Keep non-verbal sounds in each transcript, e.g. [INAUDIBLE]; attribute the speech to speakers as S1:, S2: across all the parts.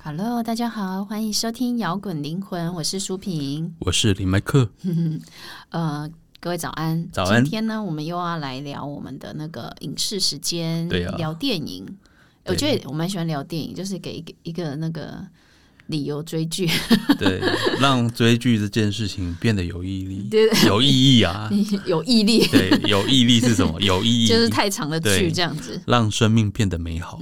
S1: Hello，大家好，欢迎收听《摇滚灵魂》，我是舒萍。
S2: 我是李麦克，
S1: 呃，各位早安，
S2: 早安
S1: 今天呢，我们又要来聊我们的那个影视时间，
S2: 对啊
S1: 聊电影。我
S2: 对
S1: 觉得我蛮喜欢聊电影，就是给一个一个那个理由追剧。
S2: [LAUGHS]
S1: [LAUGHS]
S2: 对，让追剧这件事情变得有毅力
S1: 对，
S2: 有意义啊，
S1: 有毅力，
S2: 对，有毅力是
S1: [LAUGHS]
S2: 什么？有意义
S1: 就是太长的剧
S2: 对
S1: 这样子，
S2: 让生命变得美
S1: [LAUGHS]
S2: 好，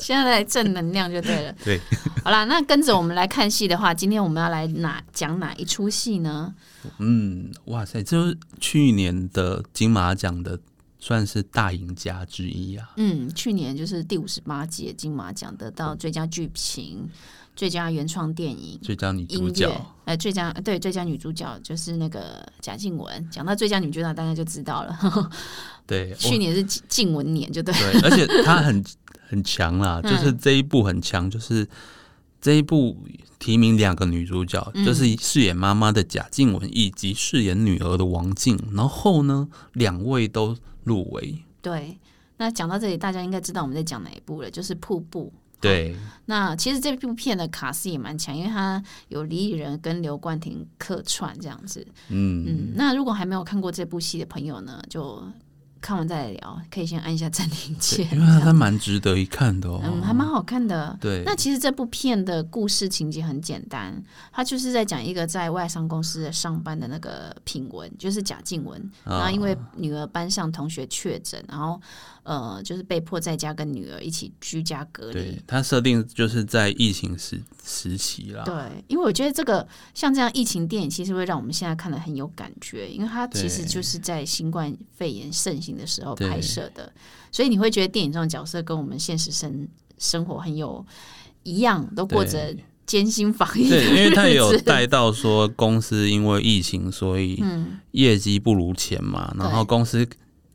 S1: 现在来正能量就对了。
S2: 对，
S1: 好啦，那跟着我们来看戏的话，今天我们要来哪讲哪一出戏呢？
S2: 嗯，哇塞，就是去年的金马奖的算是大赢家之一啊，
S1: 嗯，去年就是第五十八届金马奖得到最佳剧情、最佳原创电影。
S2: 最佳女主
S1: 音
S2: 角
S1: 乐，呃，最佳对最佳女主角就是那个贾静雯。讲到最佳女主角，大家就知道了。 [LAUGHS]
S2: 对，哇
S1: 去年是静静雯年，就对。
S2: 对，而且他很很强啦，
S1: 嗯
S2: 就是这一部很强，就是这一部提名两个女主角，
S1: 嗯
S2: 就是饰演妈妈的贾静雯以及饰演女儿的王静，然后呢，两位都入围，
S1: 对，那讲到这里，大家应该知道我们在讲哪一部了，就是《瀑布》。哦
S2: 对
S1: 那其实这部片的卡斯也蛮强，因为它有李艺人跟刘冠廷客串这样子。
S2: 嗯，
S1: 嗯，那如果还没有看过这部戏的朋友呢，就看完再来聊，可以先按一下暂停键。
S2: 因为它它蛮值得一看的哦，
S1: 嗯，还蛮好看的。
S2: 对
S1: 那其实这部片的故事情节很简单，它就是在讲一个在外商公司上班的那个品文，就是贾静雯，然
S2: 啊
S1: 后因为女儿班上同学确诊，然后呃，就是被迫在家跟女儿一起居家隔离
S2: 对。它设定就是在疫情时时期啦，
S1: 对，因为我觉得这个像这样疫情电影，其实会让我们现在看的很有感觉，因为它其实
S2: 对
S1: 就是在新冠肺炎盛行的时候
S2: 对
S1: 拍摄的，所以你会觉得电影中的角色跟我们现实生生活很有一样，都过着
S2: 对
S1: 艰辛防疫的
S2: [LAUGHS] 对，因为他
S1: 日
S2: 有
S1: 子
S2: 带到说公司因为疫情，所以业绩不如前嘛，然后
S1: 嗯对
S2: 公司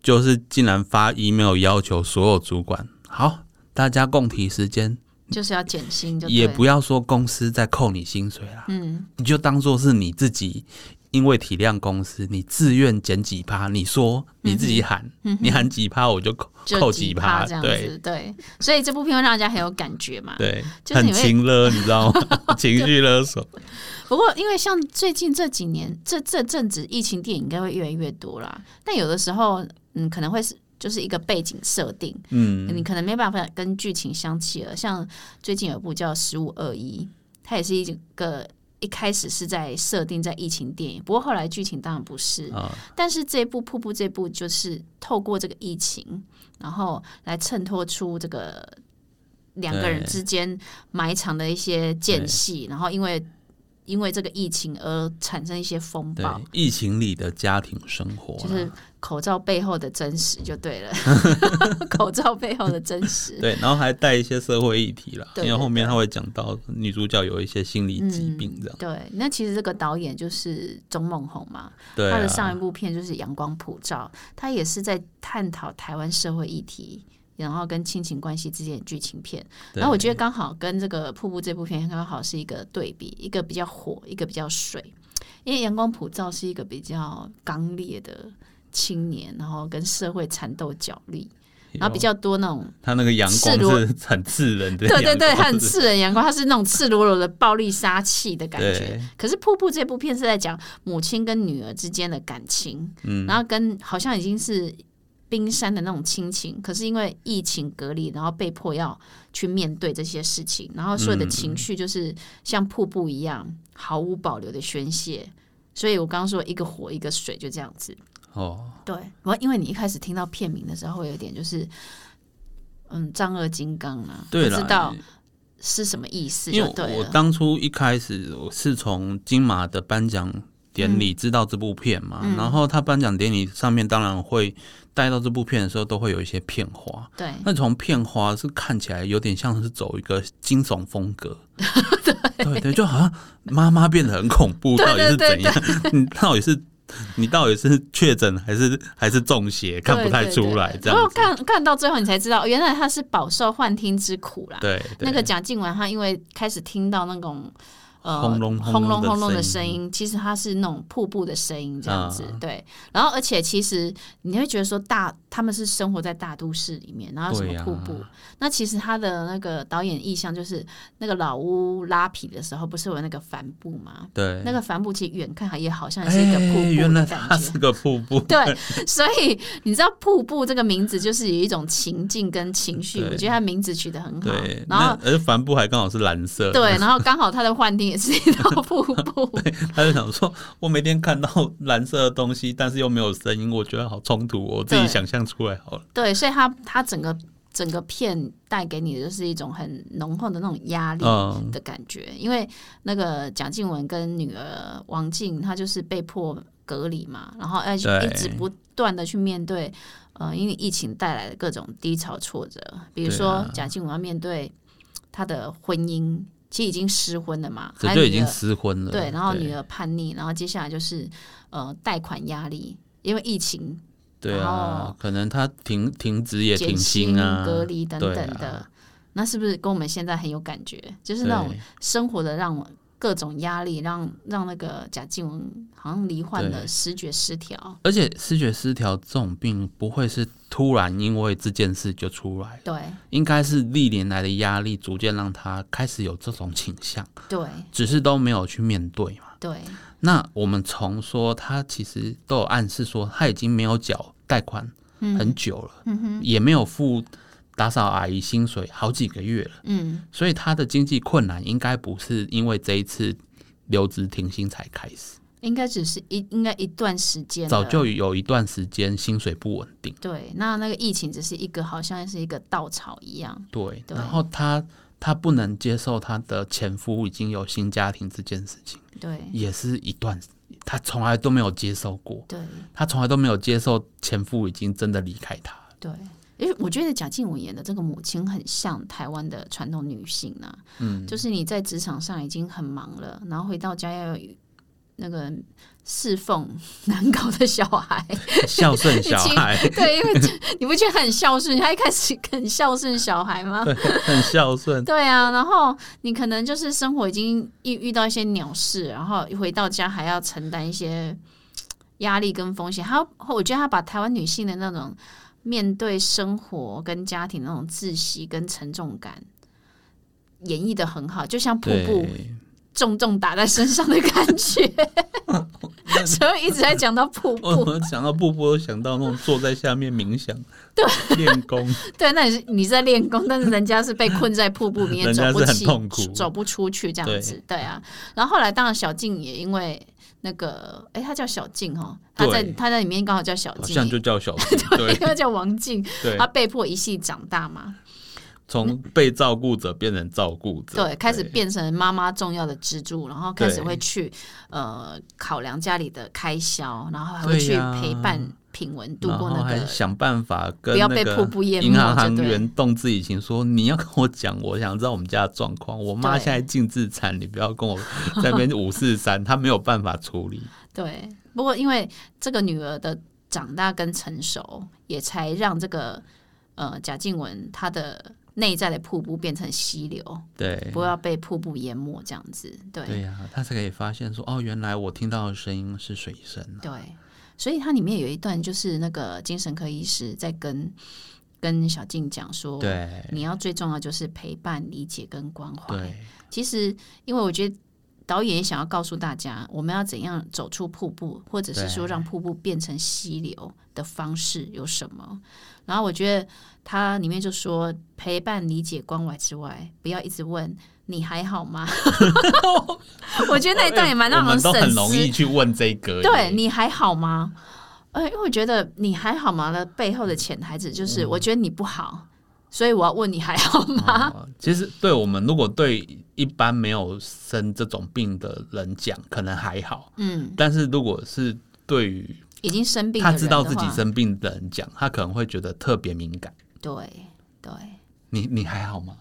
S2: 就是竟然发 email 要求所有主管，好，大家共提时间，
S1: 就是要减薪就对了，
S2: 也不要说公司在扣你薪水啦，
S1: 嗯，
S2: 你就当做是你自己。因为体谅公司，你自愿减几趴，你说你自己喊，你喊几趴我就扣
S1: 嗯就
S2: 扣
S1: 几
S2: 几
S1: 趴
S2: 趴，
S1: 这样
S2: 对
S1: 子，对，所以这部片会让大家很有感觉嘛，
S2: 对，
S1: 就是
S2: 很
S1: 你会
S2: 情勒，你知
S1: [LAUGHS]
S2: 道吗？情绪勒索，
S1: 不过，因为像最近这几年，这这阵子疫情电影应该会越来越多啦。但有的时候，嗯，可能会是就是一个背景设定，
S2: 嗯，
S1: 你可能没办法跟剧情相契合。像最近有一部叫《十五二一》，它也是一个一开始是在设定在疫情电影，不过后来剧情当然不是。
S2: 啊
S1: 但是这一部《瀑布》这部就是透过这个疫情，然后来衬托出这个两个人
S2: 对
S1: 之间埋藏的一些间隙，然后因为因为这个疫情而产生一些风
S2: 对
S1: 暴，
S2: 疫情里的家庭生活啦，
S1: 就是口罩背后的真实就对
S2: [LAUGHS]
S1: 了，口罩背后的真实。
S2: 对，然后还带一些社会议题啦，
S1: 对
S2: 因为
S1: 对
S2: 后面
S1: 对
S2: 他会讲到女主角有一些心理疾病这样，
S1: 对，那其实这个导演就是钟梦宏嘛，
S2: 对、啊，
S1: 他的上一部片就是《阳光普照》，他也是在探讨台湾社会议题，然后跟亲情关系之间的剧情片。
S2: 对
S1: 然后我觉得刚好跟这个《瀑布》这部片刚好是一个对比，一个比较火，一个比较水。因为《阳光普照》是一个比较刚烈的青年，然后跟社会缠斗角力，然后比较多那种
S2: 他那个阳光
S1: 赤裸
S2: 是很刺人
S1: [LAUGHS]
S2: 的
S1: 对
S2: 阳光，
S1: 对对，它很
S2: 是
S1: 刺人阳光，它是那种赤裸裸的暴力杀气的感觉
S2: 对。
S1: 可是《瀑布》这部片是在讲母亲跟女儿之间的感情，
S2: 嗯
S1: 然后跟好像已经是冰山的那种亲情，可是因为疫情隔离，然后被迫要去面对这些事情，然后
S2: 嗯
S1: 所有的情绪就是像瀑布一样毫无保留的宣泄。所以我刚刚说一个火一个水，就这样子。
S2: 哦，
S1: 对，我因为你一开始听到片名的时候，会有点就是，嗯，丈二金刚啊，
S2: 对
S1: 不
S2: 了，
S1: 知道是什么意思
S2: 因
S1: 就
S2: 为
S1: 对啊
S2: 我
S1: 了。
S2: 当初一开始我是从金马的颁奖典礼知道这部片嘛，
S1: 嗯
S2: 然后他颁奖典礼上面当然会带到这部片的时候，都会有一些片花，
S1: 对，
S2: 那从片花是看起来有点像是走一个惊悚
S1: [LAUGHS]
S2: 风格，对对就好像妈妈变得很恐怖，
S1: 对
S2: 到底是
S1: 对
S2: 怎
S1: 对
S2: 样？ [LAUGHS] 你到底是你到底是确诊还是还是中邪？看不太出来
S1: 对对
S2: 这
S1: 对然后
S2: 样子。
S1: 看看到最后，你才知道原来他是饱受幻听之苦啦。
S2: 对，对
S1: 哦那个蒋静雯，她因为开始听到那种呃
S2: 轰隆
S1: 轰隆轰隆的
S2: 声
S1: 声，音，其实它是那种瀑布的声音这样子。
S2: 啊
S1: 对，然后而且其实你会觉得说大他们是生活在大都市里面，然后什
S2: 对
S1: 么
S2: 呀
S1: 瀑布。那其实他的那个导演意向就是那个老屋拉皮的时候，不是有那个帆布吗？
S2: 对，
S1: 那个帆布其实远看还也好像
S2: 哎，
S1: 是一个瀑
S2: 原
S1: 布
S2: 来
S1: 的感
S2: 它
S1: 觉
S2: 是。个瀑布， [LAUGHS]
S1: 对，所以你知道“瀑布”这个名字就是有一种情境跟情绪，
S2: 对
S1: 我觉得他名字取得很好
S2: 对，。
S1: 然后
S2: 那呃而帆布还刚好是蓝色， [LAUGHS]
S1: 对，然后刚好他的幻听也是一道瀑布，
S2: 他就想说，我每天看到蓝色的东西，但是又没有声音，我觉得好冲突哦，我自己
S1: 对
S2: 想象出来好了。
S1: 对，所以他他整个整个片带给你的就是一种很浓厚的那种压力
S2: 嗯
S1: 的感觉，因为那个蒋静雯跟女儿王静，她就是被迫隔离嘛，然后而且
S2: 对
S1: 一直不断的去面对，呃，因为疫情带来的各种低潮挫折，比如
S2: 对
S1: 说
S2: 啊
S1: 蒋静雯要面对她的婚姻，其实已经失婚了嘛，
S2: 这
S1: 还
S2: 就
S1: 有
S2: 已
S1: 女
S2: 经
S1: 儿
S2: 失婚了。
S1: 对，然后女儿叛逆，然后接下来就是呃贷款压力，因为疫情
S2: 对
S1: 然
S2: 啊
S1: 后，
S2: 可能他停停职也停
S1: 减
S2: 薪
S1: 薪、
S2: 啊，
S1: 隔离等等
S2: 对
S1: 的，
S2: 啊
S1: 那是不是跟我们现在很有感觉？就是
S2: 对
S1: 那种生活的让我各种压力，让让那个贾静雯好像罹患了
S2: 对
S1: 视觉失调。
S2: 而且视觉失调这种病不会是突然因为这件事就出来，
S1: 对
S2: 应该是历年来的压力逐渐让他开始有这种倾向，
S1: 对
S2: 只是都没有去面对嘛。
S1: 对
S2: 那我们从说他其实都有暗示说他已经没有缴贷款很久了，
S1: 嗯
S2: 也没有付打扫阿姨薪水好几个月了，
S1: 嗯，
S2: 所以他的经济困难应该不是因为这一次留职停薪才开始，
S1: 应该只是一应该一段时间了
S2: 早就有一段时间薪水不稳定。
S1: 对。那那个疫情只是一个好像是一个稻草一样。
S2: 对，
S1: 对
S2: 然后他他不能接受他的前夫已经有新家庭这件事情，
S1: 对
S2: 也是一段他从来都没有接受过，
S1: 对
S2: 他从来都没有接受前夫已经真的离开 [LAUGHS] 他。
S1: 对。因为我觉得贾静雯演的这个母亲很像台湾的传统女性啊，嗯，就是你在职场上已经很忙了，然后回到家要有那个侍奉难搞的小孩，
S2: 孝顺小孩，
S1: [LAUGHS] 对，因为这你不觉得很孝顺？他一开始很孝顺小孩吗？
S2: 很孝顺。
S1: 对啊，然后你可能就是生活已经遇遇到一些鸟事，然后一回到家还要承担一些压力跟风险。还有，我觉得他把台湾女性的那种面对生活跟家庭那种窒息跟沉重感演绎的很好，就像瀑布
S2: 对，
S1: 重重打在身上的感觉。 [LAUGHS] 所以一直在讲到瀑
S2: 我
S1: 布，
S2: 怎么想到瀑布，都想到那种坐在下面冥想、练功，
S1: [LAUGHS] 对，那你是你是在练功，但是人家是被困在瀑布里面，
S2: 人
S1: 走
S2: 家
S1: 不
S2: 是很
S1: 起
S2: 痛苦
S1: 走不出去这样子，对啊。然后后来，当然小静也因为那个，哎、她叫小静哦，她在
S2: 对
S1: 她在里面刚好叫小
S2: 好像
S1: 静，
S2: 就叫小静。 [LAUGHS] 对
S1: [LAUGHS] 因为叫王静，
S2: 对
S1: 她，被迫一系长大嘛，
S2: 从被照顾者变成照顾者，
S1: 嗯对，开始变成妈妈重要的支柱，然后开始
S2: 对
S1: 会去呃考量家里的开销，然后还
S2: 对
S1: 会去
S2: 呀
S1: 陪伴品文度
S2: 然
S1: 过
S2: 后
S1: 那
S2: 还
S1: 个
S2: 想办法跟
S1: 不要
S2: 那
S1: 被瀑
S2: 个
S1: 布淹没
S2: 银行行
S1: 就对
S2: 员动之以情，说你要跟我讲，我想知道我们家的状况。我妈
S1: 对
S2: 现在净资产，你不要跟我在那边五四
S1: [LAUGHS]
S2: 三，她没有办法处理。
S1: 对，不过因为这个女儿的长大跟成熟，也才让这个呃贾静雯她的内在的瀑布变成溪流，
S2: 对，
S1: 不要被瀑布淹没这样子。对
S2: 对呀、她才可以发现说，哦，原来我听到的声音是水声。
S1: 对所以它里面有一段就是那个精神科医师在跟跟小静讲说，
S2: 对
S1: 你要最重要就是陪伴、理解跟关怀。
S2: 对，
S1: 其实，因为我觉得导演也想要告诉大家，我们要怎样走出瀑布，或者是说让瀑布变成溪流的方式有什么。然后我觉得它里面就说，陪伴、理解、关怀之外，不要一直问你还好吗？ [LAUGHS] 我觉得那一段也蛮让
S2: 哦我们都
S1: 深
S2: 很容易
S1: 思。
S2: 去问这个耶。
S1: 对你还好吗？呃，因为我觉得你还好吗的背后的潜台词
S2: 嗯
S1: 就是，我觉得你不好，所以我要问你还好 [LAUGHS] 吗？
S2: 哦其实对我们，如果对一般没有生这种病的人讲，可能还好。
S1: 嗯，
S2: 但是如果是对于
S1: 已经生病的
S2: 他
S1: 人
S2: 知道
S1: 的
S2: 自己
S1: 话
S2: 生病的人讲，他可能会觉得特别敏感。
S1: 对对， [LAUGHS]
S2: 你你还好吗？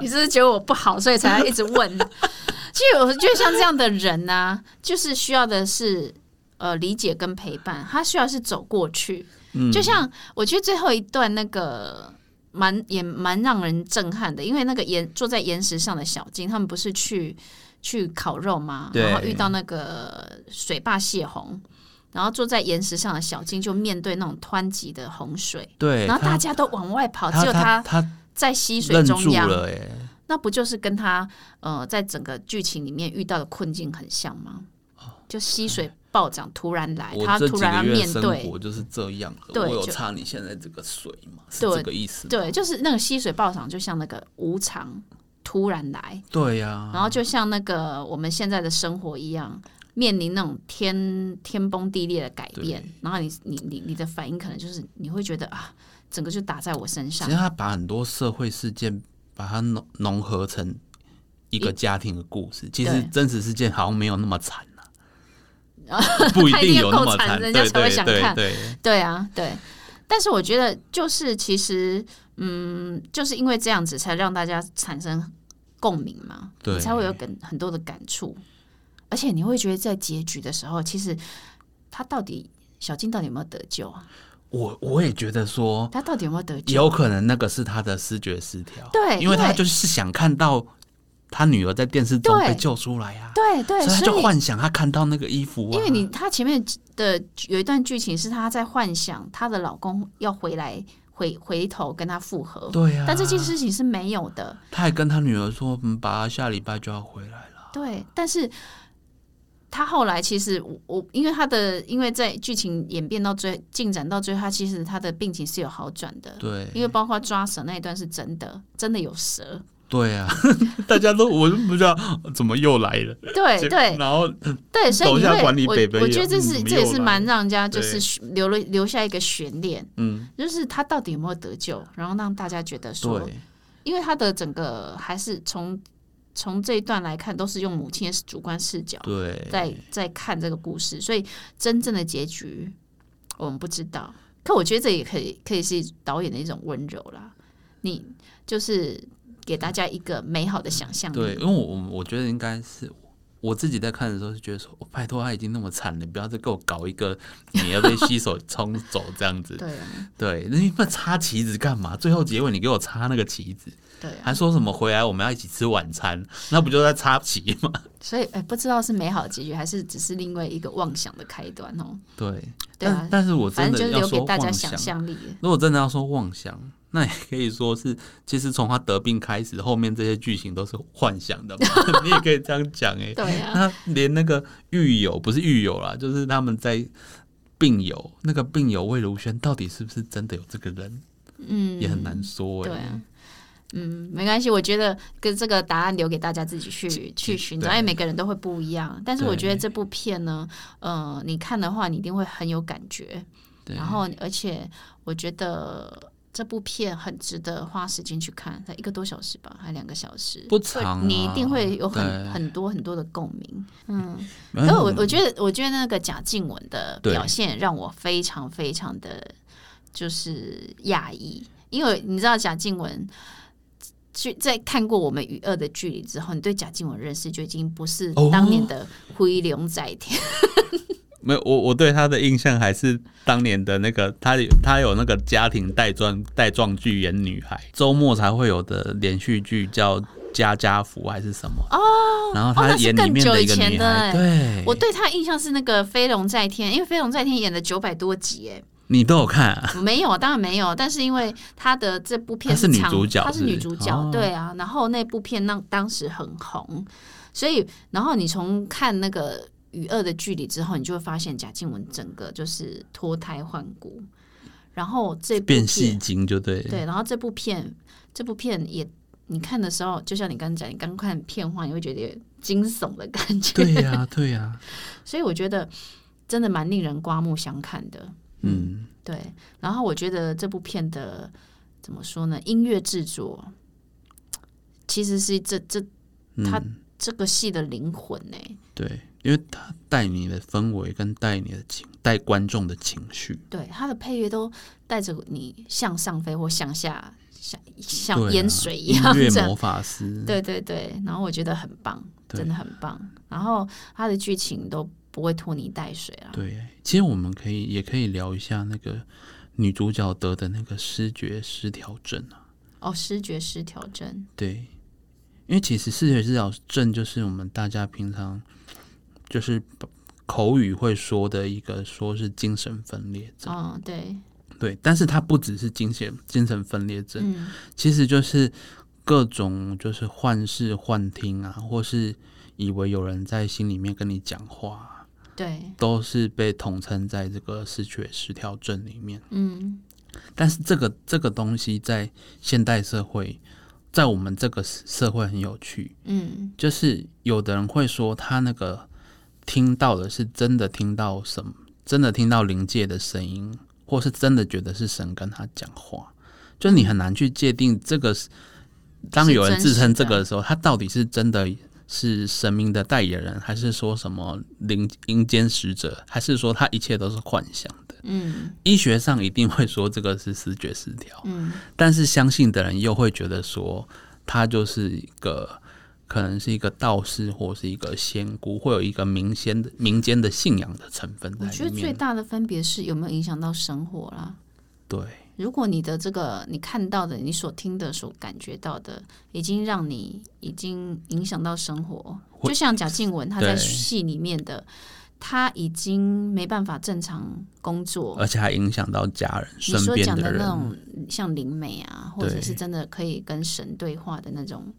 S1: 你是不是觉得我不好，所以才要一直问？ [LAUGHS] 其实我觉得像这样的人呢、就是需要的是呃理解跟陪伴，他需要是走过去。
S2: 嗯
S1: 就像我觉得最后一段那个蛮也蛮让人震撼的，因为那个岩坐在岩石上的小静，他们不是去去烤肉吗？
S2: 对
S1: 然后遇到那个水坝泄洪，然后坐在岩石上的小金就面对那种湍急的洪水，
S2: 对，
S1: 然后
S2: 他
S1: 大家都往外跑，
S2: 他
S1: 只有
S2: 他
S1: 他
S2: 他
S1: 在溪水
S2: 愣
S1: 中
S2: 住
S1: 央。
S2: 了，哎，
S1: 那不就是跟他呃在整个剧情里面遇到的困境很像吗？就溪水暴涨突然来，
S2: 我
S1: 他
S2: 这
S1: 突
S2: 几
S1: 然要
S2: 个月
S1: 面
S2: 生
S1: 对，
S2: 活就是这样了，
S1: 对
S2: 我有
S1: 就
S2: 差你现在这个水吗？是
S1: 对
S2: 这个意思吗？
S1: 对，就是那个溪水暴涨，就像那个无常突然来，
S2: 对啊呀、
S1: 然后就像那个我们现在的生活一样。面临那种天天崩地裂的改变，然后你你你你的反应可能就是你会觉得啊，整个就打在我身
S2: 其
S1: 上
S2: 实。他把很多社会事件把它融融合成一个家庭的故事，其实
S1: 对
S2: 真实事件好像没有那么惨啊。
S1: [LAUGHS]
S2: 不一定有那么惨，
S1: 他一定要够惨人家
S2: 对对
S1: 才会
S2: 对
S1: 想
S2: 对
S1: 看
S2: 对，
S1: 对啊，对。但是我觉得，就是其实，嗯，就是因为这样子，才让大家产生共鸣嘛，
S2: 对
S1: 你才会有很很多的感触，而且你会觉得在结局的时候，其实他到底小金到底有没有得救啊？
S2: 我我也觉得说，
S1: 他到底有没有得救？
S2: 有可能那个是他的视觉失调，
S1: 对
S2: 因为他
S1: 因为
S2: 就是想看到他女儿在电视中
S1: 对
S2: 被救出来啊，
S1: 对对，
S2: 所以他
S1: 所
S2: 就
S1: 以
S2: 幻想他看到那个衣服啊，
S1: 因为你他前面的有一段剧情是她在幻想她的老公要回来回回头跟她复合，
S2: 对呀、啊，
S1: 但这件事情是没有的。
S2: 他还跟他女儿说，嗯，爸下礼拜就要回来了，
S1: 对，但是他后来其实我我因为他的因为在剧情演变到最进展到最后，他其实他的病情是有好转的。
S2: 对
S1: 因为包括抓蛇那一段是真的，真的有
S2: [LAUGHS]
S1: 蛇。
S2: 对啊，大家都我都不知道怎么又来了，
S1: 对
S2: 结
S1: 对
S2: 然后
S1: 对，所以
S2: 楼
S1: 你
S2: 下管理
S1: 会
S2: 北北
S1: 我我觉
S2: 也
S1: 得这是
S2: 嗯
S1: 这也
S2: 没
S1: 是
S2: 有来
S1: 蛮让人家就
S2: 对
S1: 是留了留下一个悬念，
S2: 嗯，
S1: 就是他到底有没有得救，然后让大家觉得说，
S2: 对
S1: 因为他的整个还是从从这一段来看都是用母亲的主观视角。
S2: 对，
S1: 在在看这个故事，所以真正的结局我们不知道。可我觉得这也可以可以是导演的一种温柔啦，你就是给大家一个美好的想象
S2: 对，
S1: 力。
S2: 因为我我我觉得应该是我自己在看的时候是觉得说，哦、拜托他已经那么惨了，你不要再给我搞一个你要被吸手冲走这
S1: [LAUGHS]
S2: 样子。
S1: 对啊，
S2: 对，那你不插旗子干嘛？最后结尾你给我插那个旗子，
S1: 对啊，
S2: 还说什么回来我们要一起吃晚餐，那不就在插旗吗？
S1: 所以哎、不知道是美好的结局，还是只是另外一个妄想的开端哦。
S2: 对，
S1: 对啊
S2: 但但是我
S1: 反
S2: 真
S1: 正就
S2: 的
S1: 是
S2: 要
S1: 留给
S2: 说
S1: 大家
S2: 妄
S1: 想象力。
S2: 如果真的要说妄想，那也可以说是，其实从他得病开始，后面这些剧情都是幻想的嘛， [LAUGHS] 你也可以这样讲哎、
S1: 对啊，
S2: 那连那个狱友不是狱友啦，就是他们在病友，那个病友魏如萱到底是不是真的有这个人，
S1: 嗯，
S2: 也很难说哎、
S1: 对啊。嗯，没关系，我觉得跟这个答案留给大家自己去去寻找，
S2: 对
S1: 因为每个人都会不一样。但是
S2: 对
S1: 我觉得这部片呢，呃，你看的话，你一定会很有感觉。
S2: 对
S1: 然后，而且我觉得这部片很值得花时间去看，才一个多小时吧，还两个小时，
S2: 不长啊
S1: 会你一定会有
S2: 对
S1: 很很多很多的共鸣。嗯，
S2: 没
S1: 因为
S2: 有
S1: 我我觉得，我觉得那个贾静雯的
S2: 对
S1: 表现让我非常非常的就是讶异，因为你知道贾静雯去在看过我们《与恶的距离》之后，你对贾静雯认识就已经不是
S2: 哦
S1: 当年的灰龙在天，
S2: 没有，我我对他的印象还是当年的那个，他有他有那个家庭带状带状剧演女孩，周末才会有的连续剧叫《家家福》还是什么哦，然后
S1: 哦
S2: 他
S1: 那是
S2: 演里面一个
S1: 更久以前
S2: 女
S1: 的
S2: 孩，
S1: 欸
S2: 对，
S1: 我对她印象是那个飞龙在天，因为飞龙在天演了九百多集，哎，
S2: 你都有看、啊，
S1: [LAUGHS] 没有，当然没有。但是因为她的这部片
S2: 她是女
S1: 长
S2: 主角
S1: 她
S2: 是
S1: 是
S2: 不
S1: 女
S2: 是
S1: 主角，
S2: 哦
S1: 对啊。然后那部片让当时很红，所以然后你从看那个《与恶的距离》之后，你就会发现贾静雯整个就是脱胎换骨。然后这部
S2: 变
S1: 片
S2: 戏精就对了，
S1: 对，然后这部片这部片也你看的时候，就像你刚刚讲，你刚看片花，你会觉得有惊悚的感觉。
S2: 对呀、
S1: [LAUGHS]
S2: 对呀、
S1: 所以我觉得真的蛮令人刮目相看的。
S2: 嗯，
S1: 对，然后我觉得这部片的怎么说呢？音乐制作其实是这这它
S2: 嗯，
S1: 这个戏的灵魂呢、
S2: 对，因为他带你的氛围跟带你的情，带观众的情绪，
S1: 对，它的配乐都带着你向上飞或向下，像
S2: 对啊
S1: 像淹水一
S2: 音
S1: 样
S2: 乐
S1: 这样
S2: 魔法师，
S1: 对对对，然后我觉得很棒，
S2: 对
S1: 真的很棒。然后它的剧情都不会拖泥带水啊。
S2: 对，其实我们可以也可以聊一下那个女主角得的那个视觉失调症啊。
S1: 哦，视觉失调症，
S2: 对，因为其实视觉失调症就是我们大家平常就是口语会说的一个说是精神分裂症，
S1: 哦，对，
S2: 对，但是它不只是精神精神分裂症，
S1: 嗯
S2: 其实就是各种就是幻视、幻听啊，或是以为有人在心里面跟你讲话啊、
S1: 对，
S2: 都是被统称在这个视觉失调症里面。
S1: 嗯
S2: 但是这个这个东西在现代社会，在我们这个社会很有趣，
S1: 嗯
S2: 就是有的人会说他那个听到的是真的听到什么，真的听到灵界的声音，或是真的觉得是神跟他讲话，就你很难去界定这个是。当有人自称这个的时候，他到底是真的是神明的代言人，还是说什么灵阴间使者，还是说他一切都是幻想的？
S1: 嗯
S2: 医学上一定会说这个是视觉失调，
S1: 嗯，
S2: 但是相信的人又会觉得说，他就是一个可能是一个道士或是一个仙姑，会有一个民间的民间的信仰的成分
S1: 我觉得
S2: 在里
S1: 最
S2: 面。
S1: 大的分别是有没有影响到生活啦。
S2: 对，
S1: 如果你的这个你看到的、你所听的、所感觉到的，已经让你已经影响到生活，
S2: 会
S1: 就像贾静雯她在
S2: 对
S1: 戏里面的，她已经没办法正常工作。
S2: 而且还影响到家人
S1: 你
S2: 身
S1: 说
S2: 边
S1: 讲的那
S2: 人。
S1: 种像灵媒啊，或者
S2: 对
S1: 是真的可以跟神对话的那种，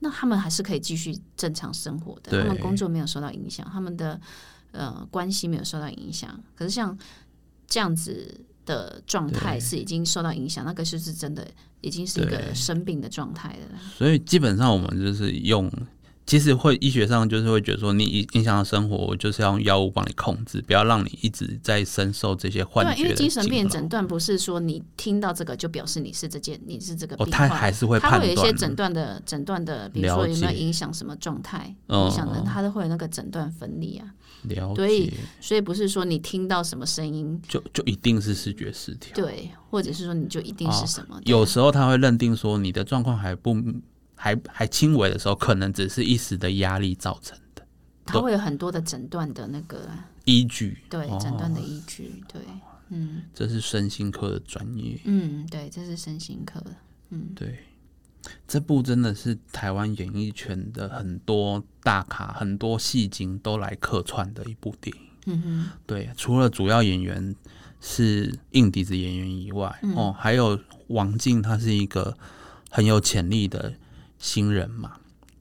S1: 那他们还是可以继续正常生活的，
S2: 对
S1: 他们工作没有受到影响，他们的呃关系没有受到影响。可是像这样子的状态
S2: 对
S1: 是已经受到影响，那个就是真的已经是一个
S2: 对
S1: 生病的状态了啦。
S2: 所以基本上我们就是用，其实会医学上就是会觉得说，你影影响到生活，我就是要用药物帮你控制，不要让你一直在深受这些幻
S1: 对，啊因
S2: 觉
S1: 为
S2: 的
S1: 精神病
S2: 侵
S1: 的
S2: 扰
S1: 诊断不是说你听到这个就表示你是这件你是这个
S2: 哦，
S1: 病
S2: 他
S1: 患。
S2: 还是会
S1: 它
S2: 判
S1: 会有一些
S2: 断
S1: 诊断的诊断的，比如说有没
S2: 了
S1: 有
S2: 解
S1: 影响什么状态，
S2: 哦
S1: 影响的，它都会有那个诊断分离啊。
S2: 了
S1: 所以
S2: 解，
S1: 所以不是说你听到什么声音，
S2: 就就一定是视觉失调。
S1: 对，或者是说你就一定是什么，对啊
S2: 哦有时候他会认定说你的状况还不还还轻微的时候，可能只是一时的压力造成的哦
S1: 它会有很多的诊断的那个啊，
S2: 依据。
S1: 对，诊断的依据，对，嗯
S2: 这是身心科的专业。
S1: 嗯，对，这是身心科的，
S2: 对，这部真的是台湾演艺圈的很多大咖、很多戏精都来客串的一部电影。
S1: 嗯哼，
S2: 对，除了主要演员是硬底子演员以外，
S1: 嗯
S2: 哦，还有王静，她是一个很有潜力的新人嘛。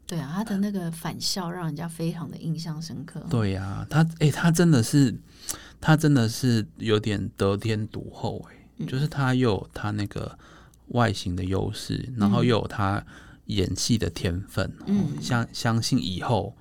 S1: 对啊，他的那个返校让人家非常的印象深刻， [LAUGHS]
S2: 对呀、他哎、他真的是，他真的是有点得天独厚哎、
S1: 嗯
S2: 就是他又有他那个外形的优势，然后又有他演戏的天分，
S1: 嗯
S2: 哦相相信以后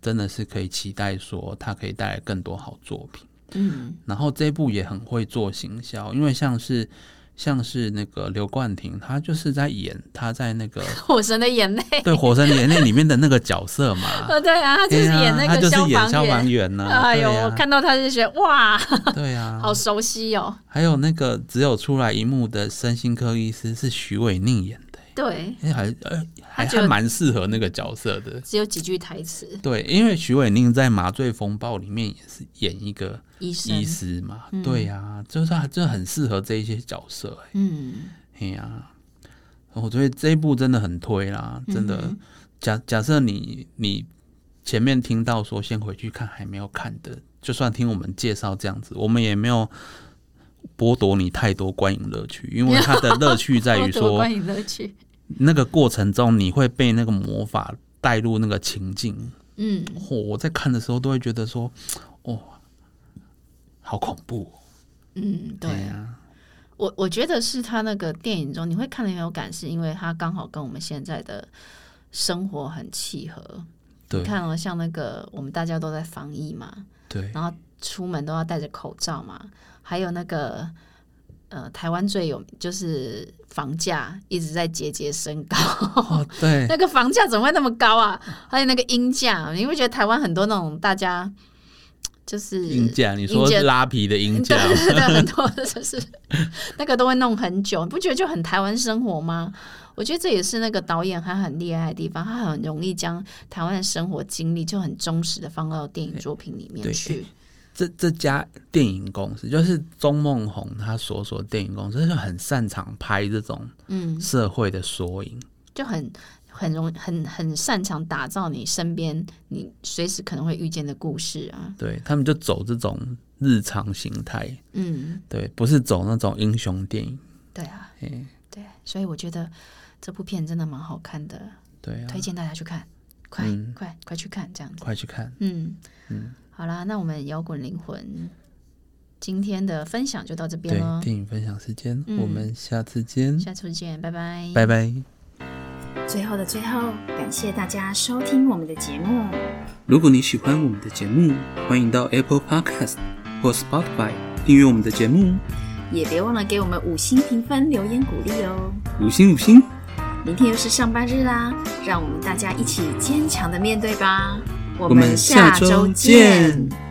S2: 真的是可以期待说他可以带来更多好作品。
S1: 嗯
S2: 然后这一部也很会做行销，因为像是像是那个刘冠廷，他就是在演他在
S1: [LAUGHS]
S2: 那个
S1: 火神的
S2: [LAUGHS]
S1: 眼泪，
S2: 对《火神的眼泪》里面的那个角色嘛。
S1: 呃，对啊， [LAUGHS] 他就是演
S2: 对
S1: 那
S2: 呀他
S1: 个
S2: 就是演消
S1: 防
S2: 防
S1: 员。
S2: 员呢、
S1: [LAUGHS] 哎呦，
S2: 对呀啊
S1: 我看到他就觉得哇，
S2: [LAUGHS] 对呀、
S1: 好熟悉哦。
S2: 还有那个只有出来一幕的身心科医师是徐伟宁演的，
S1: 对，
S2: 哎还呃还
S1: 他就
S2: 还蛮适合那个角色的。
S1: 只有几句台词，
S2: 对，因为徐伟宁在《麻醉风暴》里面也是演一个
S1: 医生
S2: 医，师嘛，对呀、就是他就很适合这一些角色、哎
S1: 嗯，
S2: 嘿呀、我觉得这一部真的很推啦，真
S1: 嗯
S2: 的。假假设你你前面听到说先回去看还没有看的，就算听我们介绍这样子，我们也没有剥夺你太多观影乐趣，因为它的乐趣在
S1: [LAUGHS]
S2: 于
S1: 多多
S2: 说
S1: 关于乐趣，
S2: 那个过程中你会被那个魔法带入那个情境。
S1: 嗯，
S2: 哦，我在看的时候都会觉得说，哦，好恐怖、哦。
S1: 嗯，对啊，
S2: 啊，
S1: 我我觉得是他那个电影中你会看得很有感，是因为他刚好跟我们现在的生活很契合。
S2: 对
S1: 你看哦，像那个我们大家都在防疫嘛，
S2: 对
S1: 然后出门都要戴着口罩嘛，还有那个呃，台湾最有就是房价一直在节节升高。
S2: 哦 [LAUGHS] 对，
S1: 那个房价怎么会那么高啊？还有那个音价，你会觉得台湾很多那种大家就是
S2: 银价，你说
S1: 银价
S2: 拉皮的银价
S1: 对， [LAUGHS] 对对，很多就是那个都会弄很久，你不觉得就很台湾生活吗？我觉得这也是那个导演他很厉害的地方，他很容易将台湾的生活经历就很忠实的放到电影作品里面
S2: 对
S1: 去。
S2: [LAUGHS] 这这家电影公司就是钟梦红他所属的电影公司，就是很擅长拍这种
S1: 嗯，
S2: 社会的缩影。
S1: 就很很容很很擅长打造你身边你随时可能会遇见的故事啊。
S2: 对他们就走这种日常形态，
S1: 嗯，
S2: 对，不是走那种英雄电影，
S1: 对啊，
S2: 嘿
S1: 对，所以我觉得这部片真的蛮好看的，
S2: 对啊
S1: 推，荐大家去看，快、
S2: 嗯
S1: 快快去看这样子。
S2: 快去看，
S1: 嗯，好啦，那我们摇滚灵魂今天的分享就到这边
S2: 对，
S1: 喽，
S2: 电影分享时间，
S1: 嗯
S2: 我们下次见，
S1: 下次见，拜拜。
S2: 拜拜。
S3: 最后的最后，感谢大家收听我们的节目。
S2: 如果你喜欢我们的节目，欢迎到 Apple Podcast 或 Spotify 订阅我们的节目，
S3: 也别忘了给我们五星评分、留言鼓励哦。
S2: 五星五星，
S3: 明天又是上班日啦，让我们大家一起坚强的面对吧。我
S2: 我们
S3: 们下
S2: 下周
S3: 周
S2: 见
S3: 见。